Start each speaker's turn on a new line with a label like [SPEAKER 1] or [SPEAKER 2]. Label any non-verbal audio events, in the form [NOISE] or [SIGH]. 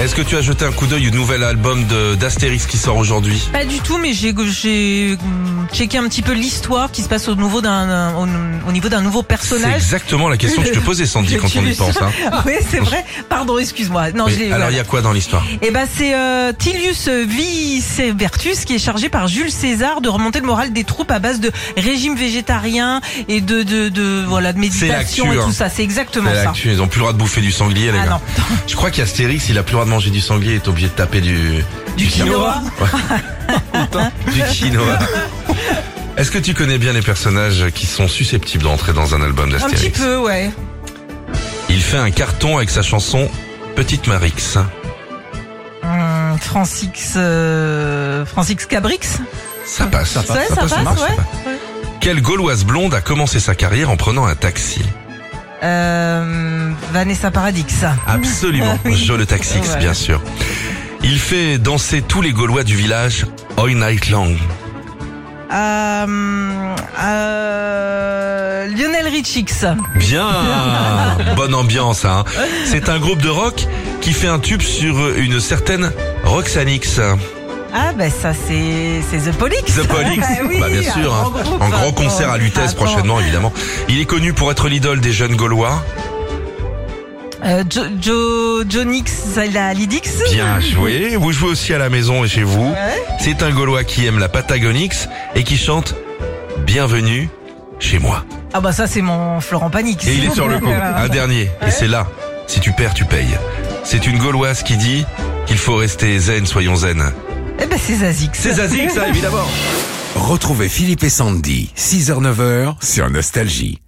[SPEAKER 1] Est-ce que tu as jeté un coup d'œil au nouvel album de- d'Astérix qui sort aujourd'hui
[SPEAKER 2] Pas du tout, mais j'ai j'ai mm, checké un petit peu l'histoire qui se passe au, nouveau d'un- d'un- au, au niveau d'un nouveau
[SPEAKER 1] C'est
[SPEAKER 2] personnage.
[SPEAKER 1] exactement la question que je te posais, Sandy,
[SPEAKER 2] [LAUGHS] Je
[SPEAKER 1] quand
[SPEAKER 2] suis
[SPEAKER 1] on y
[SPEAKER 2] juste-
[SPEAKER 1] pense. hein.
[SPEAKER 2] [LAUGHS] oui, c'est vrai. Pardon, excuse-moi. Non, je
[SPEAKER 1] Mais
[SPEAKER 2] l'ai-
[SPEAKER 1] alors,
[SPEAKER 2] voilà.
[SPEAKER 1] il y a quoi dans l'histoire
[SPEAKER 2] Eh ben, c'est euh, Tilius Vicevertus qui est chargé par Jules César de remonter le moral des troupes à base de régime végétarien et de de, de voilà de méditation
[SPEAKER 1] l'actu,
[SPEAKER 2] et
[SPEAKER 1] hein.
[SPEAKER 2] tout ça. C'est exactement
[SPEAKER 1] C'est
[SPEAKER 2] ça.
[SPEAKER 1] l'actu, Ils ont plus le droit de bouffer du sanglier, les
[SPEAKER 2] Ah
[SPEAKER 1] gars.
[SPEAKER 2] non.
[SPEAKER 1] Je crois qu'Astérix, il a plus le droit de manger du sanglier et est obligé de taper du...
[SPEAKER 2] Du quinoa. [LAUGHS]
[SPEAKER 1] Du quinoa. Est-ce que tu connais bien les personnages qui sont susceptibles d'entrer dans un album
[SPEAKER 2] Un petit
[SPEAKER 1] d'Astérix
[SPEAKER 2] peu, ouais.
[SPEAKER 1] Il fait un carton avec sa chanson Petite Marix.
[SPEAKER 2] Hum, Francis euh, Francis Cabrix.
[SPEAKER 1] Ça passe.
[SPEAKER 2] Ça passe, Ouais, ça ça passe, ça passe, marche, ouais. ça passe. Ouais.
[SPEAKER 1] Quelle Gauloise blonde a commencé sa carrière en prenant un taxi
[SPEAKER 2] Euh, Vanessa Paradis.
[SPEAKER 1] Absolument.
[SPEAKER 2] [LAUGHS] Oui.
[SPEAKER 1] Je le taxi,
[SPEAKER 2] Ouais.
[SPEAKER 1] bien sûr. Il fait danser tous les Gaulois du village All Night Long.
[SPEAKER 2] Euh, euh, Lionel Richix. [LAUGHS]
[SPEAKER 1] Bien Bonne ambiance, hein. C'est un groupe de rock qui fait un tube sur une certaine Roxanix.
[SPEAKER 2] Ah ben ça c'est c'est The Polix. [LAUGHS]
[SPEAKER 1] The Polix,
[SPEAKER 2] Ah oui,
[SPEAKER 1] bah bien sûr,
[SPEAKER 2] un
[SPEAKER 1] hein.
[SPEAKER 2] grand groupe.
[SPEAKER 1] en grand concert à Lutèce
[SPEAKER 2] Attends.
[SPEAKER 1] prochainement évidemment. Il est connu pour être l'idole des jeunes Gaulois.
[SPEAKER 2] Euh, jo, jo, Jonix, la Lidix. [LAUGHS]
[SPEAKER 1] Bien joué. Vous jouez aussi à la maison et chez vous.
[SPEAKER 2] Ouais.
[SPEAKER 1] C'est un Gaulois qui aime la Patagonix et qui chante Bienvenue chez moi.
[SPEAKER 2] Ah bah ça c'est mon Florent Panix.
[SPEAKER 1] Et il est sur le coup. Un dernier. Et c'est là. Si tu perds, tu payes. C'est une Gauloise qui dit qu'il faut rester zen, soyons zen.
[SPEAKER 2] [LAUGHS] Eh ben c'est Zazix.
[SPEAKER 1] C'est Zazie, ça, évidemment.
[SPEAKER 3] Retrouvez Philippe et Sandy, 6h-9h sur Nostalgie.